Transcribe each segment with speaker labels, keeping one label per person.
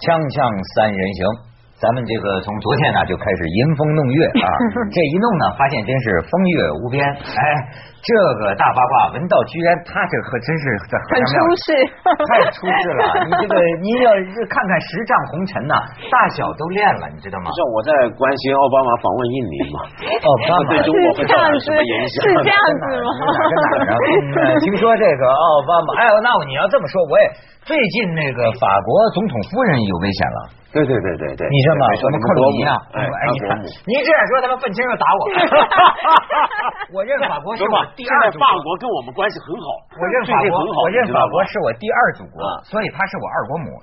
Speaker 1: 锵锵三人行，咱们这个从昨天呢、就开始吟风弄月 啊，这一弄呢，发现真是风月无边。哎，这个大八卦文道居然他这可真是这
Speaker 2: 很出世，
Speaker 1: 太出世了！你 这个您要是看看十丈红尘呐、大小都练了，你知道 吗
Speaker 3: 不？是我在关心奥巴马访问印尼 嘛？
Speaker 1: 哦，巴马
Speaker 3: 对中国会
Speaker 2: 是这
Speaker 3: 造
Speaker 2: 样
Speaker 3: 成
Speaker 2: 子，
Speaker 3: 什么影响？
Speaker 2: 是这样子吗？
Speaker 1: 哪哪哪儿啊？听说这个奥巴马，哎呦，那你要这么说，我也最近那个法国总统夫人有危险了。
Speaker 3: 对对对对对，
Speaker 1: 你知道吗？
Speaker 3: 没错
Speaker 1: 我们克
Speaker 3: 国
Speaker 1: 鲁
Speaker 3: 母
Speaker 1: 尼亚，
Speaker 3: 哎，
Speaker 1: 哎，你
Speaker 3: 国
Speaker 1: 看
Speaker 3: 母。，
Speaker 1: 你这样说，他们愤青要打 我。我认法国是
Speaker 3: 是吧
Speaker 1: 我？第
Speaker 3: 现
Speaker 1: 二
Speaker 3: 在
Speaker 1: 祖
Speaker 3: 法
Speaker 1: 国，
Speaker 3: 国跟我们关系很好，
Speaker 1: 我认
Speaker 3: 最
Speaker 1: 法
Speaker 3: 近
Speaker 1: 国
Speaker 3: 很好，，
Speaker 1: 我认
Speaker 3: 你知道
Speaker 1: 法
Speaker 3: 吗
Speaker 1: 国 是我第二祖国
Speaker 3: 啊，
Speaker 1: 所以他是我二国母。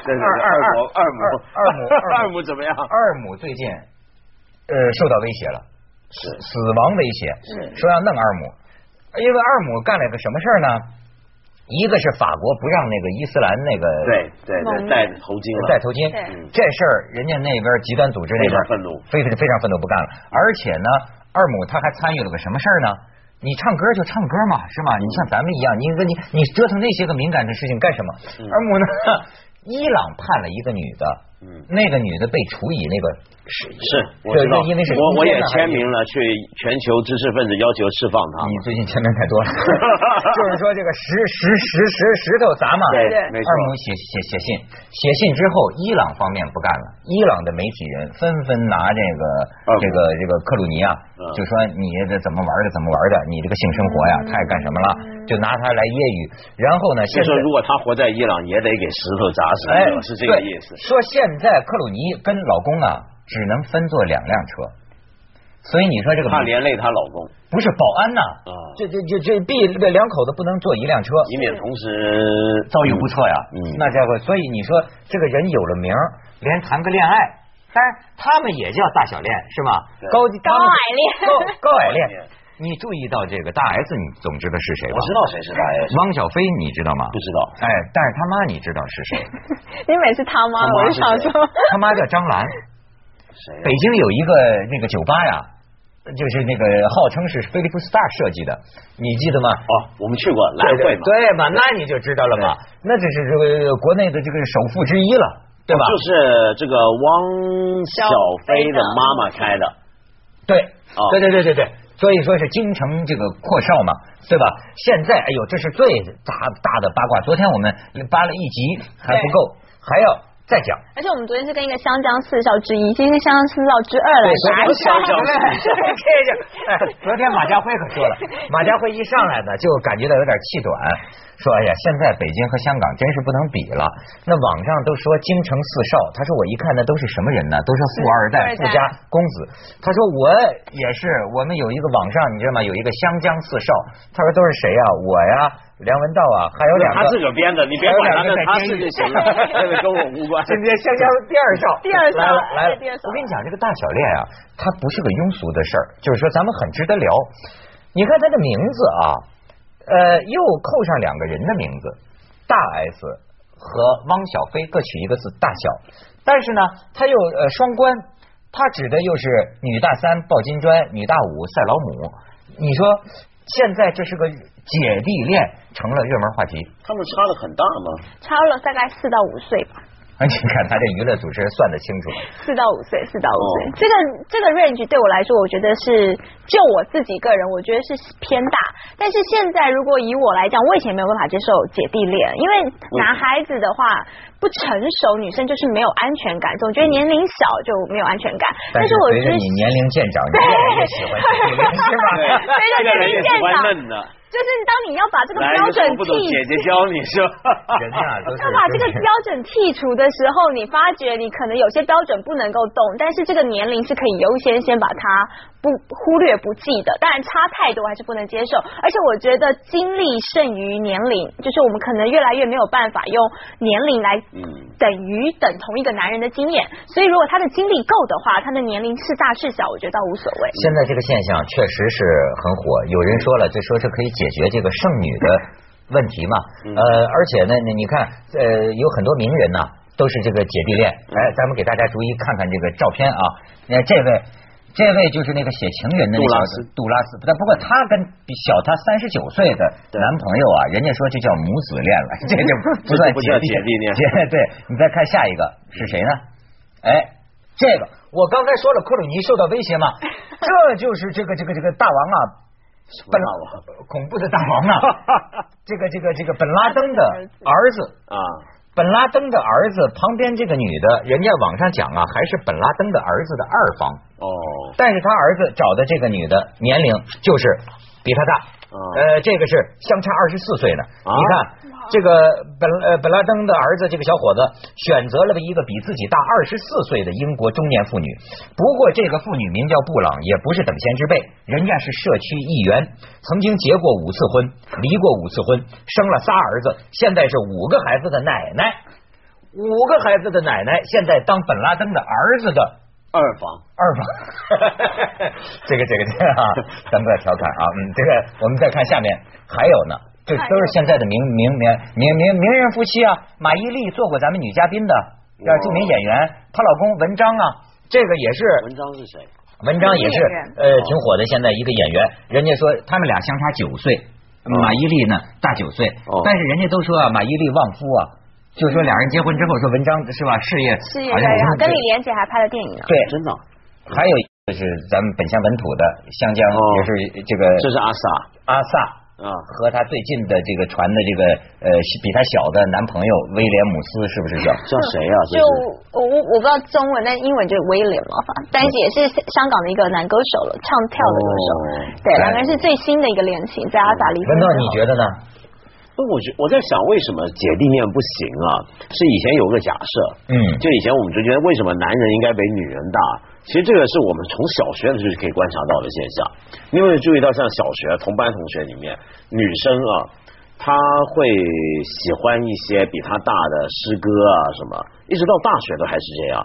Speaker 3: 对对对二国二母
Speaker 1: 二母
Speaker 3: 二
Speaker 1: 二母
Speaker 3: 母怎么样？
Speaker 1: 二母最近呃受到威胁了，
Speaker 3: 是
Speaker 1: 死亡威胁，说要弄二母，因为二母干了个什么事儿呢？一个是法国不让那个伊斯兰那个
Speaker 3: 对对
Speaker 2: 蒙
Speaker 3: 对，戴头巾了，
Speaker 1: 戴头巾
Speaker 2: 对，
Speaker 1: 这事儿人家那边极端组织那边
Speaker 3: 非常愤怒
Speaker 1: 非非常愤怒不干了。而且呢，二母她还参与了个什么事儿呢？你唱歌就唱歌嘛，是吗？你像咱们一样，你跟你你折腾那些个敏感的事情干什么？二母呢，伊朗判了一个女的，
Speaker 3: 嗯
Speaker 1: 那个女的被处以那个是
Speaker 3: 是，我知道，
Speaker 1: 对因为是
Speaker 3: 我我也
Speaker 1: 中间的
Speaker 3: 签名了，去全球知识分子要求释放他
Speaker 1: 你。最近签名太多了， 就是说这个石石石石石头砸嘛。
Speaker 3: 对
Speaker 2: 对
Speaker 3: 没错
Speaker 1: 啊二。姆写写写信，写信之后，伊朗方面不干了，伊朗的媒体人纷纷拿这个
Speaker 3: 二姆
Speaker 1: 这个这个克鲁尼亚，就说你这怎么玩的怎么玩的，你这个性生活呀太干什么了，就拿他来揶揄。然后呢，现在
Speaker 3: 就说如果他活在伊朗，也得给石头砸死，
Speaker 1: 哎
Speaker 3: 是这个
Speaker 1: 对
Speaker 3: 意思。
Speaker 1: 说现在克鲁尼跟老公啊只能分坐两辆车，所以你说这个
Speaker 3: 怕连累她老公，
Speaker 1: 不是保安呐、
Speaker 3: 啊
Speaker 1: 这这这这必这两口子不能坐一辆车，
Speaker 3: 以免同时
Speaker 1: 遭遇不测呀。
Speaker 3: 嗯
Speaker 1: 那家伙，所以你说这个人有了名儿，连谈个恋爱，当然他们也叫大小恋是吧？
Speaker 3: 对
Speaker 1: 高他
Speaker 2: 高
Speaker 1: 们
Speaker 2: 矮恋
Speaker 1: 高高矮
Speaker 3: 高矮
Speaker 1: 恋
Speaker 3: 恋。
Speaker 1: 你注意到这个大 S，你总知道是谁吧
Speaker 3: 我？知道谁哎是大 S，
Speaker 1: 汪小菲，你知道吗
Speaker 3: 不？知道。
Speaker 1: 哎，但是他妈你知道是谁？
Speaker 2: 你每次他妈
Speaker 3: 他，妈
Speaker 2: 我就是想
Speaker 3: 谁
Speaker 2: 说，
Speaker 1: 他妈叫张兰。
Speaker 3: 谁呀
Speaker 1: 北京有一个那个酒吧呀，就是那个号称是菲利普斯大设计的，你记得吗？
Speaker 3: 哦，我们去过蓝会嘛，
Speaker 1: 对嘛？那你就知道了嘛？那这是这个国内的这个首富之一了，对吧？
Speaker 3: 哦就是这个汪小菲的妈妈开的，
Speaker 1: 对，
Speaker 3: 哦
Speaker 1: 对对对对对，所以说是京城这个阔少嘛，对吧？现在哎呦，这是最大大的八卦。昨天我们扒了一集还不够，还要再讲。
Speaker 2: 而且我们昨天是跟一个湘江四少之一，今天湘江四少之二来打一
Speaker 3: 对
Speaker 2: 下
Speaker 3: 湘。江
Speaker 1: 这就哎，昨天马家辉可 说了，马家辉一上来呢，就感觉到有点气短，说哎呀，现在北京和香港真是不能比了。那网上都说京城四少，他说我一看那都是什么人呢？都是富二代、
Speaker 2: 嗯富
Speaker 1: 富
Speaker 2: 二代
Speaker 1: 家公子。他说我也是，我们有一个网上你知道吗？有一个湘江四少，他说都是谁呀、我呀，梁文道啊，还有两
Speaker 3: 他自
Speaker 1: 个。
Speaker 3: 个儿编的，你别管
Speaker 1: 还有
Speaker 3: 他那
Speaker 1: 两个
Speaker 3: 他
Speaker 1: 在
Speaker 3: 是
Speaker 1: 监狱
Speaker 3: 就 行了，那个跟我无 关。
Speaker 1: 今天湘江第二少，
Speaker 2: 第二少
Speaker 1: 来了来了
Speaker 2: 第二，少
Speaker 1: 我跟你讲，这个大小恋啊，它不是个庸俗的事儿，就是说咱们很值得聊。你看他的名字啊，呃，又扣上两个人的名字，大 S 和汪小菲各取一个字，大小。但是呢，他又呃双关，他指的又是女大三抱金砖，女大五赛老母。你说现在这是个姐弟恋成了热门话题。
Speaker 3: 他们差的很大吗？
Speaker 2: 超了大概四到五岁吧，
Speaker 1: 啊，你看他这娱乐主持人算得清楚，
Speaker 2: 四到五岁，四到五岁
Speaker 3: 哦，
Speaker 2: 这个这个 range 对我来说，我觉得是就我自己个人，我觉得是偏大。但是现在如果以我来讲，我以前没有办法接受姐弟恋，因为男孩子的话不成熟，女生就是没有安全感，总觉得年龄小就没有安全感。但是我
Speaker 1: 随着
Speaker 2: 觉得
Speaker 1: 你年龄渐长，你越来越喜欢这个人，是 吧？
Speaker 2: 对
Speaker 3: 越来越喜欢
Speaker 2: 对
Speaker 3: 嫩的，
Speaker 2: 就是当你要把这个
Speaker 3: 来，
Speaker 2: 标
Speaker 3: 你
Speaker 2: 准
Speaker 3: 说不懂
Speaker 2: 剔
Speaker 3: 姐姐教你 是吧？
Speaker 1: 人啊，都是
Speaker 2: 要把这个标准剔除的时候，你发觉你可能有些标准不能够动，但是这个年龄是可以优先先把它不忽略不计的。当然差太多还是不能接受，而且我觉得精力胜于年龄，就是我们可能越来越没有办法用年龄来
Speaker 3: 嗯。
Speaker 2: 等于等同一个男人的经验。所以如果他的精力够的话，他的年龄是大是小，我觉得倒无所谓。
Speaker 1: 现在这个现象确实是很火，有人说了，就说是可以解决这个剩女的问题嘛。
Speaker 3: 嗯
Speaker 1: 呃，而且呢，你你看，呃，有很多名人哎
Speaker 2: 嗯
Speaker 1: 呐、都是这个姐弟恋。来，咱们给大家逐一看看这个照片啊。你看这位，
Speaker 4: 这位就是那个写情人的那
Speaker 3: 杜拉
Speaker 4: 小
Speaker 3: 斯
Speaker 4: 子杜拉斯，但不过他跟比小他三十九岁的男朋友啊，人家说就叫母子恋了，这就不
Speaker 3: 这
Speaker 4: 算
Speaker 3: 不
Speaker 4: 姐
Speaker 3: 叫
Speaker 4: 弟
Speaker 3: 姐弟恋
Speaker 4: 姐对你再看下一个是谁呢？哎，这个我刚才说了，库鲁尼受到威 胁嘛，这就是这个这个这个大王啊，
Speaker 3: 什
Speaker 4: 本
Speaker 3: 么大王
Speaker 4: 恐怖的大王啊，这个这个这个本拉登的儿子。
Speaker 3: 啊，
Speaker 1: 本拉登的儿子旁边这个女的，人家网上讲啊，还是本拉登的儿子的二房，
Speaker 3: 哦，
Speaker 1: 但是他儿子找的这个女的年龄就是比他大，
Speaker 3: 啊
Speaker 1: 呃，这个是相差二十四岁呢。
Speaker 3: 啊
Speaker 1: 你看这个本呃本拉登的儿子这个小伙子选择了一个比自己大二十四岁的英国中年妇女，不过这个妇女名叫布朗，也不是等闲之辈，人家是社区议员，曾经结过五次婚，离过五次婚，生了仨儿子，现在是五个孩子的奶奶。五个孩子的奶奶现在当本拉登的儿子的
Speaker 3: 二房
Speaker 1: 二房，这个这个这个啊，咱们不要调侃啊，嗯，这个我们再看下面还有呢，这都是现在的名名名名名名人夫妻啊，马伊琍做过咱们女嘉宾的，要著名演员，她老公文章啊，这个也是
Speaker 3: 文章是谁？
Speaker 1: 文章也是
Speaker 2: 女演员
Speaker 1: 呃挺火的，现在一个演员，人家说他们俩相差九岁，马伊琍呢大九岁
Speaker 3: 哦，
Speaker 1: 但是人家都说啊马伊琍旺夫啊，就说俩人结婚之后说文章是哎吧事业
Speaker 2: 事业
Speaker 1: 好
Speaker 2: 在
Speaker 1: 像有
Speaker 2: 跟李
Speaker 1: 对
Speaker 2: 连杰还拍了电影呢。
Speaker 1: 对
Speaker 3: 真的啊，
Speaker 1: 还有一个是咱们本乡本土的湘江，
Speaker 3: 哦
Speaker 1: 也是这个
Speaker 3: 这是阿萨
Speaker 1: 阿萨
Speaker 3: 啊，
Speaker 1: 和她最近的这个传的这个呃比她小的男朋友威廉姆斯，是不是叫？
Speaker 3: 叫谁啊？这
Speaker 2: 就是我我我不知道中文，但英文就是威廉嘛，反但是也是香港的一个男歌手了，唱跳的歌手。
Speaker 3: 哦
Speaker 2: 对，两个人是最新的一个恋情，在阿萨离婚
Speaker 1: 文
Speaker 2: 之
Speaker 1: 道
Speaker 2: 后。，
Speaker 1: 你觉得呢？
Speaker 3: 那我觉我在想，为什么姐弟恋不行啊？是以前有个假
Speaker 1: 嗯
Speaker 3: 设，就以前我们就觉得为什么男人应该比女人大？其实这个是我们从小学的时候就可以观察到的现象。你有没有注意到，像小学同班同学里面，女生啊，她会喜欢一些比她大的师哥啊什么，一直到大学都还是这样。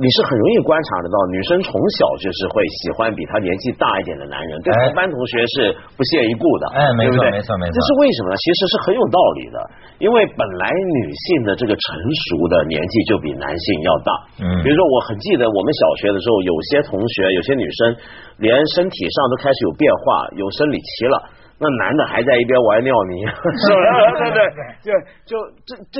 Speaker 3: 你是很容易观察得到，女生从小就是会喜欢比她年纪大一点的男人，对
Speaker 1: 哎
Speaker 3: 同班同学是不屑一顾的。
Speaker 1: 哎没
Speaker 3: 对不
Speaker 1: 错
Speaker 3: 对
Speaker 1: 没错没错
Speaker 3: 这是为什么呢？其实是很有道理的，因为本来女性的这个成熟的年纪就比男性要大。
Speaker 1: 嗯
Speaker 3: 比如说我很记得我们小学的时候，有些同学有些女生连身体上都开始有变化，有生理期了。那男的还在一边玩尿泥， 是 吧？对对对，就这这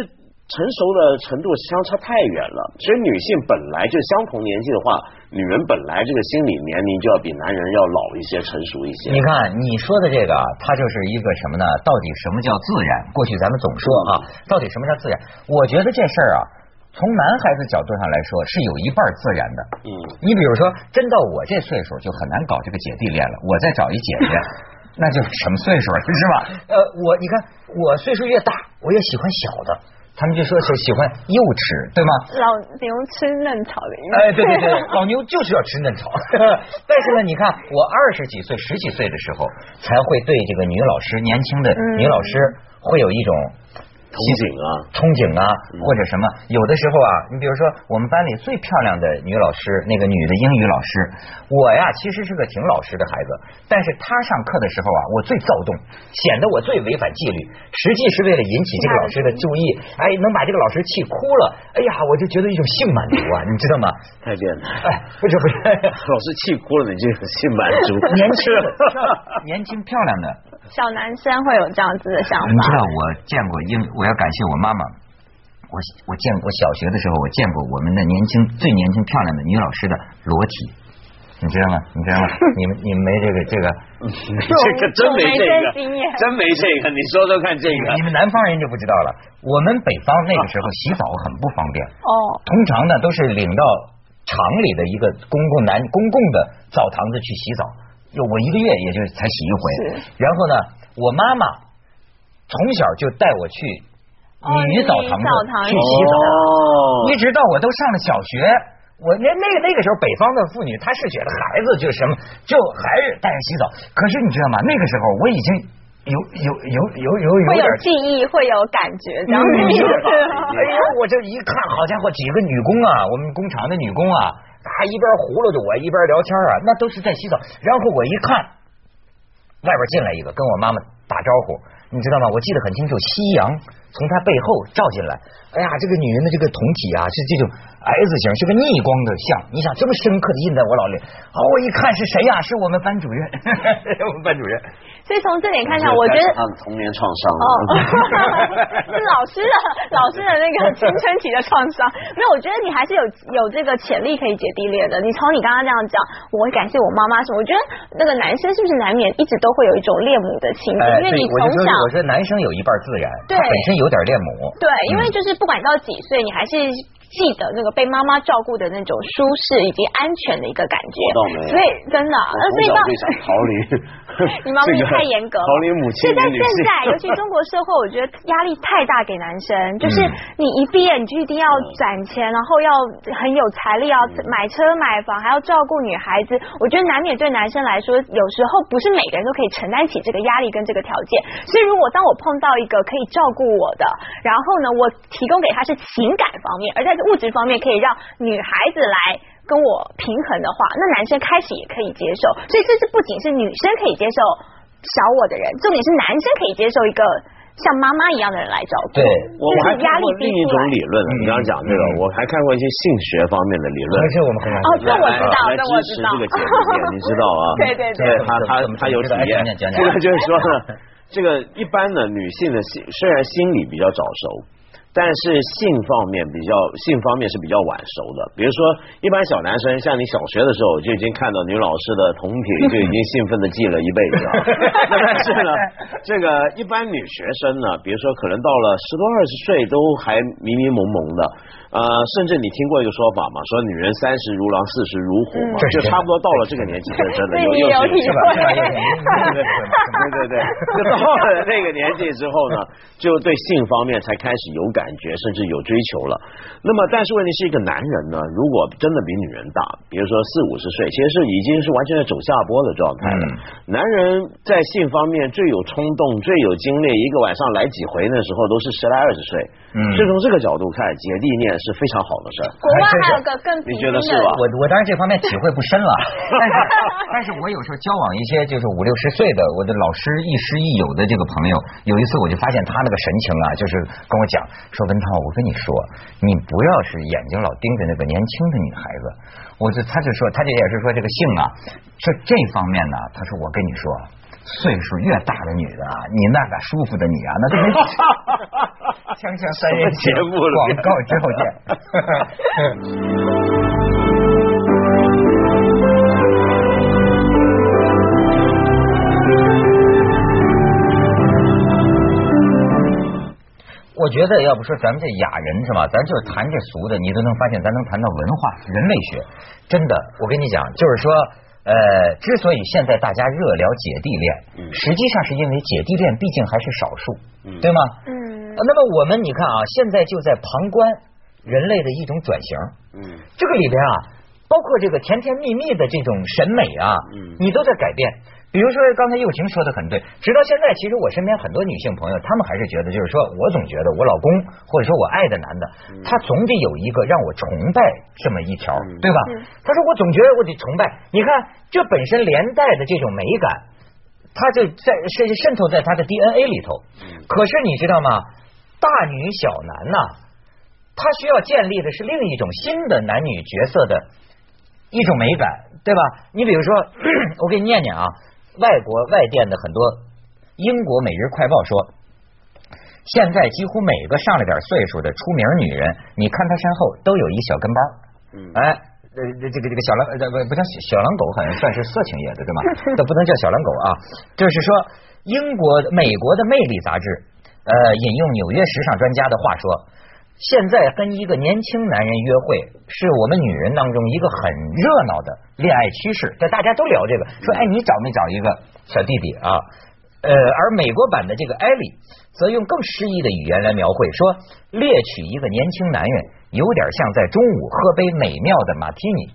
Speaker 3: 成熟的程度相差太远了。所以女性本来就相同年纪的话，女人本来这个心理年龄就要比男人要老一些、成熟一些。
Speaker 1: 你看你说的这个啊，它就是一个什么呢？到底什么叫自然？过去咱们总说啊，到底什么叫自然？我觉得这事儿啊，从男孩子角度上来说，是有一半儿自然的。
Speaker 3: 嗯，
Speaker 1: 你比如说，真到我这岁数就很难搞这个姐弟恋了，我再找一姐姐，那就什么岁数了，是吧？呃，我你看我岁数越大，我越喜欢小的，他们就说是喜欢幼齿，对吗？
Speaker 2: 老牛吃嫩草的意思。
Speaker 1: 哎，对对对，老牛就是要吃嫩草。 但是呢，你看我二十几岁、十几岁的时候，才会对这个女老师、年轻的女老师会有一种
Speaker 3: 憧憬啊，
Speaker 1: 憧憬啊，或者什么。有的时候啊，你比如说我们班里最漂亮的女老师，那个女的英语老师，我呀其实是个挺老实的孩子，但是她上课的时候啊，我最躁动，显得我最违反纪律，实际是为了引起这个老师的注意，哎，能把这个老师气哭了，哎呀，我就觉得一种性满足啊，你知道吗？
Speaker 3: 太变
Speaker 1: 哎，
Speaker 3: 态。
Speaker 1: 不是不是，
Speaker 3: 老师气哭了，你这个心满 足。
Speaker 1: 年轻的年轻漂亮的，
Speaker 2: 小男生会有这样子的想
Speaker 1: 你知
Speaker 2: 法。
Speaker 1: 道我见过，因为我要感谢我妈妈。我我见过小学的时候，我见过我们的年轻最年轻漂亮的女老师的裸体，你知道吗？你知道吗？你们你们没这个这个，
Speaker 3: 这个真没
Speaker 2: 我没
Speaker 3: 这个
Speaker 2: 真经验，
Speaker 3: 真没这个，你说说看这个
Speaker 1: 你。们南方人就不知道了。我们北方那个时候洗澡很不方便，
Speaker 2: 哦，
Speaker 1: 通常呢都是领到厂里的一个公共男公共的澡堂子去洗澡，就我一个月也就才洗一回
Speaker 2: 是。
Speaker 1: 然后呢，我妈妈从小就带我去
Speaker 2: 哦
Speaker 1: 女澡堂
Speaker 2: 女澡堂
Speaker 1: 子去
Speaker 2: 也
Speaker 1: 洗澡，
Speaker 3: 哦
Speaker 1: 一直到我都上了小学。我那那那个时候，北方的妇女她是觉得孩子就什么，就还是带着洗澡。可是你知道吗？那个时候我已经有有有有有有
Speaker 2: 会
Speaker 1: 点
Speaker 2: 有记忆，会有感觉，这样子
Speaker 1: 嗯
Speaker 2: 意思
Speaker 1: 是
Speaker 2: 吗。
Speaker 1: 哎呦，我这一看，好家伙，几个女工啊，我们工厂的女工啊，她一边葫芦着我，一边聊天啊，那都是在洗澡。然后我一看，外边进来一个，跟我妈妈打招呼，你知道吗？我记得很清楚，夕阳从她背后照进来，哎呀，这个女人的这个酮体啊是这种 S 型，是个逆光的像。你想这么深刻的印在我脑里，啊，我一看是谁呀、是我们班主任， 我们班主任。
Speaker 2: 所以从这点看上，我觉得
Speaker 3: 他的童年创伤 啊
Speaker 2: 哦，是老师的老师的那个青春期的创伤。没有，我觉得你还是有有这个潜力可以姐弟恋的。你从你刚刚这样讲，我会感谢我妈妈什么？我觉得那个男生是不是难免一直都会有一种恋母的情节？
Speaker 1: 哎，
Speaker 2: 因为
Speaker 1: 对
Speaker 2: 你
Speaker 1: 我
Speaker 2: 从
Speaker 1: 就说
Speaker 2: 小，
Speaker 1: 我说男生有一半自然，
Speaker 2: 对
Speaker 1: 他本身有点恋母。
Speaker 2: 对，
Speaker 3: 嗯
Speaker 2: 因为就是不管到几岁，你还是记得那个被妈妈照顾的那种舒适以及安全的一个感觉
Speaker 3: 我倒没有。
Speaker 2: 所以真的，呃
Speaker 3: 我
Speaker 2: 所以
Speaker 3: 从小
Speaker 2: 到，
Speaker 3: 就想逃离
Speaker 2: 你妈咪
Speaker 3: 这个
Speaker 2: 太严格了，
Speaker 3: 逃离母亲
Speaker 2: 所以在现
Speaker 3: 与女性。
Speaker 2: 在，尤其中国社会，我觉得压力太大给男生，就是
Speaker 3: 嗯
Speaker 2: 你一毕业你就一定要攒钱，然后要很有财力，要买车买房，还要照顾女孩子。我觉得难免对男生来说，有时候不是每个人都可以承担起这个压力跟这个条件。所以如果当我碰到一个可以照顾我的，然后呢，我提供给他是情感方面，而在物质方面可以让女孩子来。跟我平衡的话，那男生开始也可以接受，所以这是不仅是女生可以接受小我的人，重点是男生可以接受一个像妈妈一样的人来照
Speaker 1: 对
Speaker 2: 顾，
Speaker 3: 我我还
Speaker 2: 就是压
Speaker 3: 看
Speaker 2: 力
Speaker 3: 过
Speaker 2: 逼
Speaker 3: 另一
Speaker 2: 出
Speaker 3: 种
Speaker 2: 来。嗯
Speaker 3: 理论，啊你刚刚讲这个，我还看过一些性学方面的理论
Speaker 1: 可。是我们很难
Speaker 2: 哦，这我知道，
Speaker 3: 来
Speaker 2: 这
Speaker 3: 支
Speaker 2: 我知
Speaker 3: 持
Speaker 2: 道？
Speaker 3: 这个姐弟恋，你知道啊
Speaker 2: 对对对
Speaker 3: 他他他有体验。 这个就是说呢，这个一般的女性的心虽然心理比较早熟，但是性方面比较性方面是比较晚熟的。比如说，一般小男生像你小学的时候就已经看到女老师的酮体，就已经兴奋的记了一辈子啊。那但是呢，这个一般女学生呢，比如说可能到了十多二十岁都还迷迷蒙蒙的，呃，甚至你听过一个说法嘛，说女人三十如狼，四十如虎嘛，
Speaker 1: 嗯
Speaker 3: 就差不多到了这个年纪，真的
Speaker 2: 对
Speaker 3: 有
Speaker 2: 你
Speaker 3: 有
Speaker 2: 有体
Speaker 1: 是吧？
Speaker 2: 会
Speaker 1: 是吧？有点有点
Speaker 3: 对对对，就到了那个年纪之后呢，就对性方面才开始有感觉，甚至有追求了。那么，但是问题是一个男人呢，如果真的比女人大，比如说四五十岁，其实是已经是完全在走下坡的状态了。男人在性方面最有冲动、最有精力，一个晚上来几回的时候，都是十来二十岁。
Speaker 1: 嗯
Speaker 3: 所以从这个角度看，姐弟恋是非常好的事儿。
Speaker 2: 国外还有个更平
Speaker 3: 你
Speaker 2: 均
Speaker 3: 觉
Speaker 2: 的，
Speaker 3: 得是吧
Speaker 1: 我我当然这方面体会不深了， 但是但是我有时候交往一些就是五六十岁的我的老师亦师亦友的这个朋友，有一次我就发现他那个神情啊，就是跟我讲说文涛，我跟你说，你不要是眼睛老盯着那个年轻的女孩子，我就他就说他这也是说这个性啊，说这方面呢、他说我跟你说。岁数越大的女的啊，你那个舒服的你啊，那就没锵锵三人行
Speaker 3: 什么节目了
Speaker 1: 广告之后见。 我觉得要不说咱们这雅人是吧，咱就谈这俗的，你都能发现咱能谈到文化、人类学。真的，我跟你讲，就是说，呃，之所以现在大家热聊姐弟恋，
Speaker 3: 嗯
Speaker 1: 实际上是因为姐弟恋毕竟还是少数，
Speaker 3: 嗯
Speaker 1: 对吗？
Speaker 2: 嗯，
Speaker 1: 啊那么我们你看啊，现在就在旁观人类的一种转型，
Speaker 3: 嗯。
Speaker 1: 这个里边啊，包括这个甜甜蜜蜜的这种审美啊，
Speaker 3: 嗯
Speaker 1: 你都在改变。比如说刚才幼婷说的很对，直到现在，其实我身边很多女性朋友，她们还是觉得，就是说我总觉得我老公或者说我爱的男的，他总得有一个让我崇拜这么一条，
Speaker 3: 嗯
Speaker 1: 对吧
Speaker 2: 嗯？
Speaker 1: 她说我总觉得我得崇拜，你看这本身连带的这种美感，它就在渗渗透在他的 DNA 里头。
Speaker 3: 嗯
Speaker 1: 可是你知道吗？大女小男呐、他需要建立的是另一种新的男女角色的一种美感，对吧？你比如说， 我给你念念啊，外国外电的很多英国《每日快报》说，现在几乎每个上了点岁数的出名女人，你看她身后都有一小跟班儿，
Speaker 3: 嗯
Speaker 1: 哎。呃，这这个这个小狼呃不不叫小狼狗，好像算是色情业的对吗？这不能叫小狼狗啊。就是说，英国美国的《魅力》杂志，呃，引用纽约时尚专家的话说，现在跟一个年轻男人约会，是我们女人当中一个很热闹的恋爱趋势。这大家都聊这个，说哎，你找没找一个小弟弟啊？呃，而美国版的这个艾莉则用更诗意的语言来描绘，说猎取一个年轻男人，有点像在中午喝杯美妙的马提尼。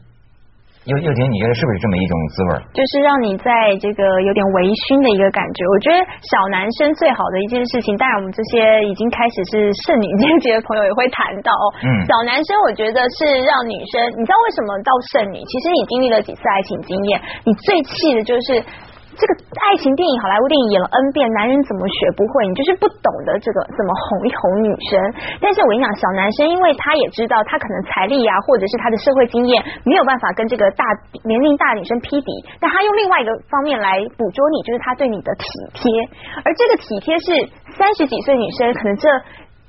Speaker 1: 尤尤婷，你觉得是不是这么一种滋味儿？
Speaker 2: 就是让你在这个有点微醺的一个感觉。我觉得小男生最好的一件事情，当然我们这些已经开始是剩女 阶级的朋友也会谈到哦。
Speaker 1: 嗯
Speaker 2: 小男生我觉得是让女生，你知道为什么到剩女？其实你经历了几次爱情经验，你最气的就是。这个爱情电影、好莱坞电影演了 N 遍，男人怎么学不会？你就是不懂得这个怎么哄一哄女生。但是我跟你讲，小男生因为他也知道他可能财力啊，或者是他的社会经验没有办法跟这个大年龄大女生匹敌，但他用另外一个方面来捕捉你，就是他对你的体贴。而这个体贴是三十几岁女生可能这。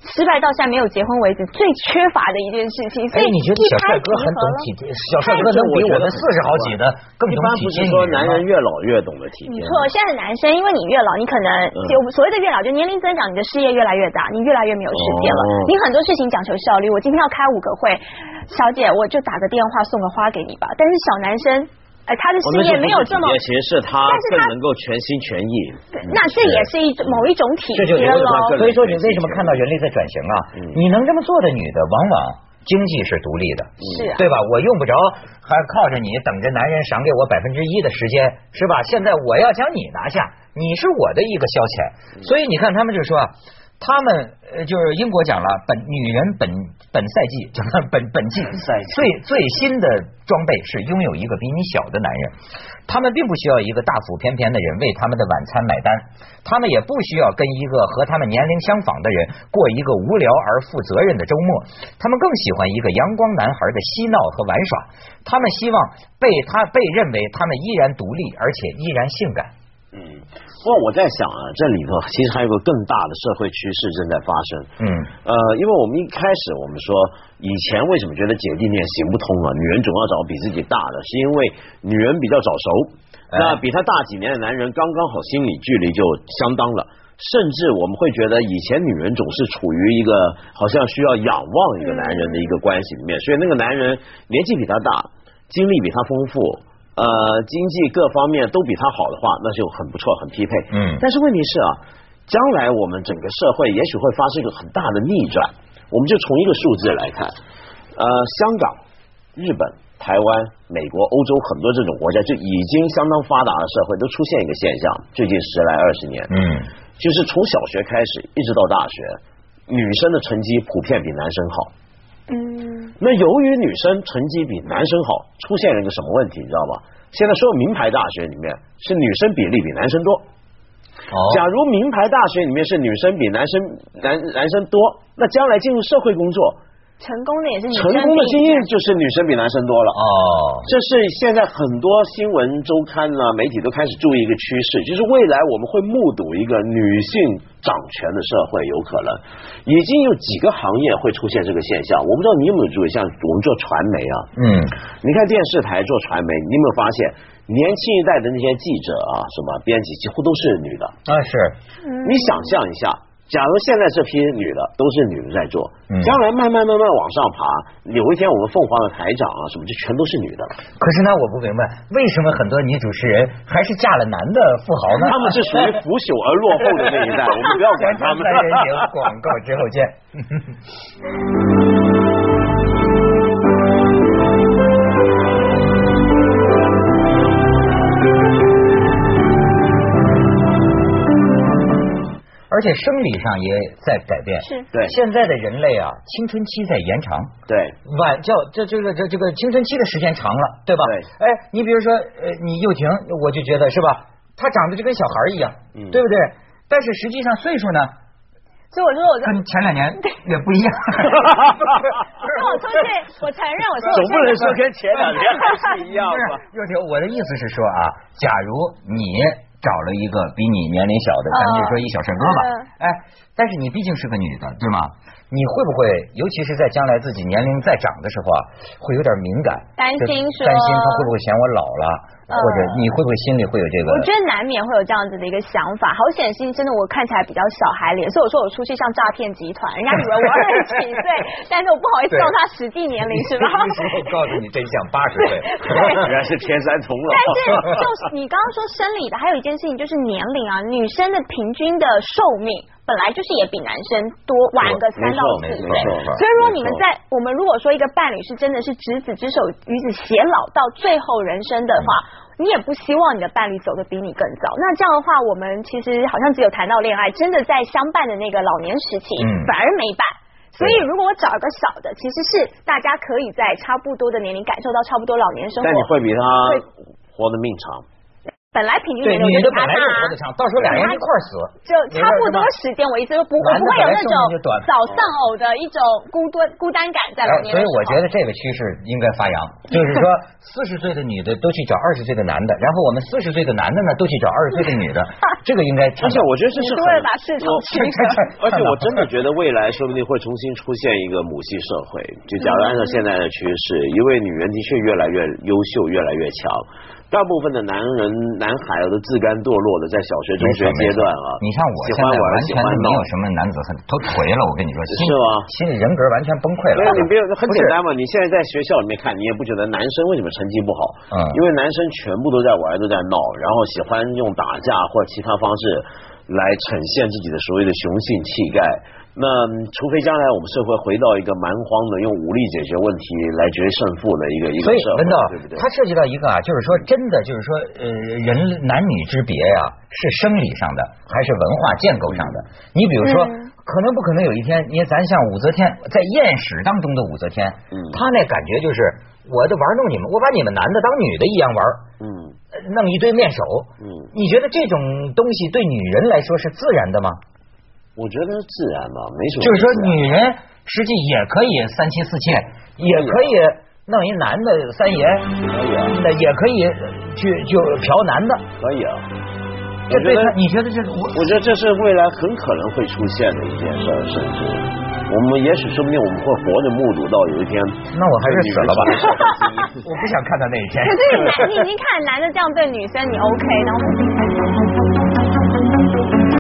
Speaker 2: 失败到现在没有结婚为止，最缺乏的一件事情。所
Speaker 1: 哎
Speaker 2: 以，
Speaker 1: 你觉得
Speaker 2: 一
Speaker 1: 小
Speaker 2: 拍
Speaker 1: 帅哥很
Speaker 2: 即合
Speaker 1: 懂
Speaker 2: 了
Speaker 1: 体贴，小帅哥能比我们四十好几的更
Speaker 3: 一
Speaker 1: 懂
Speaker 3: 般
Speaker 1: 体
Speaker 3: 不
Speaker 1: 贴
Speaker 3: 是
Speaker 1: 女
Speaker 3: 说
Speaker 1: 人
Speaker 3: 男
Speaker 1: 吗
Speaker 3: 人越老越懂得体
Speaker 2: 你
Speaker 3: 贴吗？
Speaker 2: 错，现在的男生，因为你越老，你可能就所谓的越老，就年龄增长，你的事业越来越大，你越来越没有时间了。
Speaker 3: 哦
Speaker 2: 你很多事情讲求效率，我今天要开五个会，小姐，我就打个电话送个花给你吧。但是小男生，呃，他的
Speaker 3: 我
Speaker 2: 事
Speaker 3: 们
Speaker 2: 业没有这么，
Speaker 3: 其实是他
Speaker 2: 但是
Speaker 3: 更
Speaker 2: 他
Speaker 3: 能够全心全意。嗯
Speaker 2: 那这也是一种某一种体
Speaker 3: 这就
Speaker 2: 贴
Speaker 3: 留着他
Speaker 2: 喽
Speaker 3: 个。
Speaker 1: 所以说，你为什么看到人类在转型啊？
Speaker 3: 嗯
Speaker 1: 你能这么做的女的，往往经济是独立的，
Speaker 2: 是啊
Speaker 1: 对吧？我用不着还靠着你等着男人赏给我百分之一的时间，是吧？现在我要将你拿下，你是我的一个消
Speaker 3: 嗯
Speaker 1: 遣。所以你看，他们就说啊。他们呃，就是英国讲了，本女人本本赛季， 就是本本季
Speaker 4: 赛季
Speaker 1: 最最新的装备是拥有一个比你小的男人，他们并不需要一个大腹便便的人为他们的晚餐买单，他们也不需要跟一个和他们年龄相仿的人过一个无聊而负责任的周末，他们更喜欢一个阳光男孩的嬉闹和玩耍，他们希望被他被认为他们依然独立，而且依然性感。
Speaker 3: 嗯，不过我在想啊，这里头其实还有个更大的社会趋势正在发生。
Speaker 1: 嗯
Speaker 3: 呃，因为我们一开始我们说，以前为什么觉得姐弟恋行不通啊？女人总要找比自己大的，是因为女人比较早熟，
Speaker 1: 哎
Speaker 3: 那比她大几年的男人刚刚好心理距离就相当了。甚至我们会觉得，以前女人总是处于一个好像需要仰望一个男人的一个关系里面，所以那个男人年纪比她大，经历比她丰富，呃，经济各方面都比她好的话，那就很不错，很匹配。
Speaker 1: 嗯
Speaker 3: 但是问题是啊，将来我们整个社会也许会发生一个很大的逆转。我们就从一个数字来看，呃，香港、日本、台湾、美国、欧洲很多这种国家，就已经相当发达的社会，都出现一个现象：最近十来二十年，
Speaker 1: 嗯，
Speaker 3: 就是从小学开始一直到大学，女生的成绩普遍比男生好。
Speaker 2: 嗯，
Speaker 3: 那由于女生成绩比男生好，出现了一个什么问题，你知道吗？现在所有名牌大学里面是女生比例比男生多。
Speaker 1: 哦，
Speaker 3: 假如名牌大学里面是女生比男生男男生多，那将来进入社会工作，
Speaker 2: 成功的也是女生
Speaker 3: 成功的
Speaker 2: 比
Speaker 3: 经验就是女生比男生多了。啊
Speaker 1: 哦，
Speaker 3: 这是现在很多新闻周刊呢、媒体都开始注意一个趋势，就是未来我们会目睹一个女性掌权的社会，有可能已经有几个行业会出现这个现象。我不知道你有没有注意，像我们做传媒啊，
Speaker 1: 嗯，
Speaker 3: 你看电视台做传媒，你有没有发现年轻一代的那些记者啊、什么编辑，几乎都是女的。
Speaker 1: 啊是，
Speaker 3: 你想象一下，假如现在这批女的都是女的在做
Speaker 1: 嗯，
Speaker 3: 将来慢慢慢慢往上爬，有一天我们凤凰的台长啊什么就全都是 女的了，
Speaker 1: 可是呢，我不明白为什么很多女主持人还是嫁了男的富豪呢？啊
Speaker 3: 他们是属于腐朽而落后的那一 代，我们不要 管他
Speaker 1: 三
Speaker 3: 们。
Speaker 1: 人行广告之后见。 而且生理上也在改变。
Speaker 2: 是
Speaker 3: 对
Speaker 1: 现在的人类啊，青春期在延长。
Speaker 3: 对，
Speaker 1: 晚叫这这个这这个青春期的时间长了，对吧？哎，
Speaker 3: 对
Speaker 1: 你比如说呃，你幼婷，我就觉得是吧？她长得就跟小孩儿一样，
Speaker 3: 嗯
Speaker 1: 对不对？但是实际上岁数呢，
Speaker 2: 所以我说 我在。
Speaker 1: 跟前两年也不一样。
Speaker 2: 那我出去，哦我承认我说我
Speaker 3: 总不能
Speaker 2: 现在
Speaker 3: 说跟前两年还是一样
Speaker 1: 不
Speaker 3: 吧？
Speaker 1: 是，幼婷，我的意思是说啊，假如你找了一个比你年龄小的，咱们就说一小帅哥吧，哎，但是你毕竟是个女的，对吗？你会不会，尤其是在将来自己年龄再长的时候啊，会有点敏感，
Speaker 2: 担
Speaker 1: 就
Speaker 2: 心说
Speaker 1: 担心他会不会嫌我老了，
Speaker 2: 嗯
Speaker 1: 或者你会不会心里会有这个？
Speaker 2: 我觉得难免会有这样子的一个想法。好显性，真的我看起来比较小孩脸，所以我说我出去像诈骗集团，人家以为我二十 几岁，但是我不好意思
Speaker 1: 对
Speaker 2: 告诉他实际年龄是 吧？
Speaker 1: 那时候告诉你真相，八 十岁。
Speaker 3: 原来是天山童姥
Speaker 2: 但。是就是你刚刚说生理的，还有一件事情就是年龄啊，女生的平均的寿命本来就是也比男生多晚个三到四
Speaker 3: 没错
Speaker 2: 岁
Speaker 3: 没。错
Speaker 1: 啊
Speaker 2: 所以说，你们
Speaker 3: 没错
Speaker 2: 在我们如果说一个伴侣是真的是执子之手，与子偕老到最后人生的话，
Speaker 1: 嗯
Speaker 2: 你也不希望你的伴侣走得比你更早。那这样的话，我们其实好像只有谈到恋爱，真的在相伴的那个老年时期，
Speaker 1: 嗯
Speaker 2: 反而没伴。所以，如果我找一个小的，其实是大家可以在差不多的年龄感受到差不多老年生活。
Speaker 3: 但你会比他活得命长。
Speaker 2: 本来平均
Speaker 1: 对
Speaker 2: 年龄
Speaker 1: 女的
Speaker 2: 就
Speaker 1: 本
Speaker 2: 比他
Speaker 1: 来
Speaker 2: 大
Speaker 1: 就
Speaker 2: 啊
Speaker 1: 活得长，到时候俩人一块儿死。
Speaker 2: 就差不多时间，我一直都不会
Speaker 1: 男的
Speaker 2: 不会
Speaker 1: 本来
Speaker 2: 有那
Speaker 1: 寿
Speaker 2: 种
Speaker 1: 命就短
Speaker 2: 早丧偶的一种孤多孤单感在老
Speaker 1: 哎，所
Speaker 2: 年
Speaker 1: 以
Speaker 2: 的时候。
Speaker 1: 我觉得这个趋势应该发扬，就是 说四十岁的女的都去找二十岁的男的，然后我们四十岁的男的呢都去找二十岁的 女的，这个应该 倡导。
Speaker 3: 而且我觉得这
Speaker 2: 你
Speaker 3: 是很
Speaker 2: 是为了把市场
Speaker 3: 我
Speaker 2: 驱 使
Speaker 3: 而且我真的觉得未来说不定会重新出现一个母系社会。就假如按照现在的趋势，因为女人的确越来越优秀，越来越强。大部分的男人、男孩子都自甘堕落的，在小学、中
Speaker 1: 没
Speaker 3: 学
Speaker 1: 错没
Speaker 3: 阶
Speaker 1: 错
Speaker 3: 段啊，
Speaker 1: 你看我
Speaker 3: 喜
Speaker 1: 现
Speaker 3: 欢
Speaker 1: 在
Speaker 3: 玩
Speaker 1: 完
Speaker 3: 喜
Speaker 1: 全
Speaker 3: 欢
Speaker 1: 都
Speaker 3: 闹
Speaker 1: 没有什么男子汉，都颓了。我跟你说，心
Speaker 3: 是吗
Speaker 1: 心理人格完全崩溃了
Speaker 3: 对，。你不要很
Speaker 1: 不
Speaker 3: 简
Speaker 1: 是
Speaker 3: 单嘛。啊你现在在学校里面看，你也不觉得男生为什么成绩不好？
Speaker 1: 嗯
Speaker 3: 因为男生全部都在玩，都在闹，然后喜欢用打架或者其他方式来呈现自己的所谓的雄性气概。那嗯除非将来我们社会回到一个蛮荒的用武力解决问题来决胜负的一个一个
Speaker 1: 所以
Speaker 3: 社会
Speaker 1: 文道，，
Speaker 3: 对不对？
Speaker 1: 它涉及到一个啊，就是说真的，就是说呃，人男女之别呀、是生理上的还是文化建构上的？你比如说，
Speaker 2: 嗯
Speaker 1: 可能不可能有一天，你咱像武则天在艳史当中的武则天，
Speaker 3: 嗯
Speaker 1: 她那感觉就是我就玩弄你们，我把你们男的当女的一样玩，
Speaker 3: 嗯
Speaker 1: 呃弄一堆面首。
Speaker 3: 嗯，
Speaker 1: 你觉得这种东西对女人来说是自然的吗？
Speaker 3: 我觉得自然嘛，没什么。
Speaker 1: 就是说，女人实际也可以三妻四妾，也可以弄一男的三爷，
Speaker 3: 可以啊，
Speaker 1: 那也可以去就嫖男的。
Speaker 3: 可以啊。
Speaker 1: 这
Speaker 3: 我觉
Speaker 1: 对
Speaker 3: 得
Speaker 1: 他，你觉得这是我？
Speaker 3: 我觉得这是未来很可能会出现的一件事儿，甚至我们也许说不定我们会活着目睹到有一天，
Speaker 1: 那我还是死了吧
Speaker 3: 这个女人
Speaker 1: 我不想看到那一天
Speaker 2: 可是你男，你你看男的这样对女生，你 OK，然后